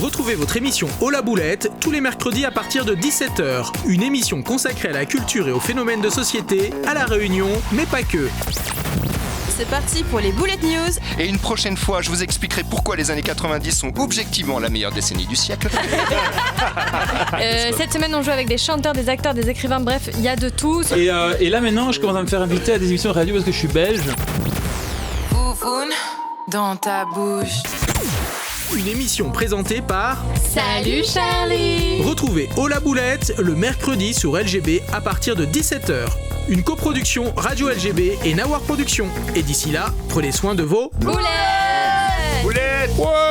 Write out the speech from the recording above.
Retrouvez votre émission Au la boulette tous les mercredis à partir de 17h. Une émission consacrée à la culture et aux phénomènes de société, à la Réunion, mais pas que. C'est parti pour les Bullet News. Et une prochaine fois, je vous expliquerai pourquoi les années 90 sont objectivement la meilleure décennie du siècle. Euh, cette semaine, on joue avec des chanteurs, des acteurs, des écrivains, bref, il y a de tout. Et, euh, et là maintenant, je commence à me faire inviter à des émissions de radio parce que je suis belge. Foufoune dans ta bouche. Une émission présentée par Salut Charlie Retrouvez Au la boulette le mercredi sur LGB à partir de 17h. Une coproduction Radio LGB et Nawar Productions. Et d'ici là, prenez soin de vos Boulet Boulette Ouais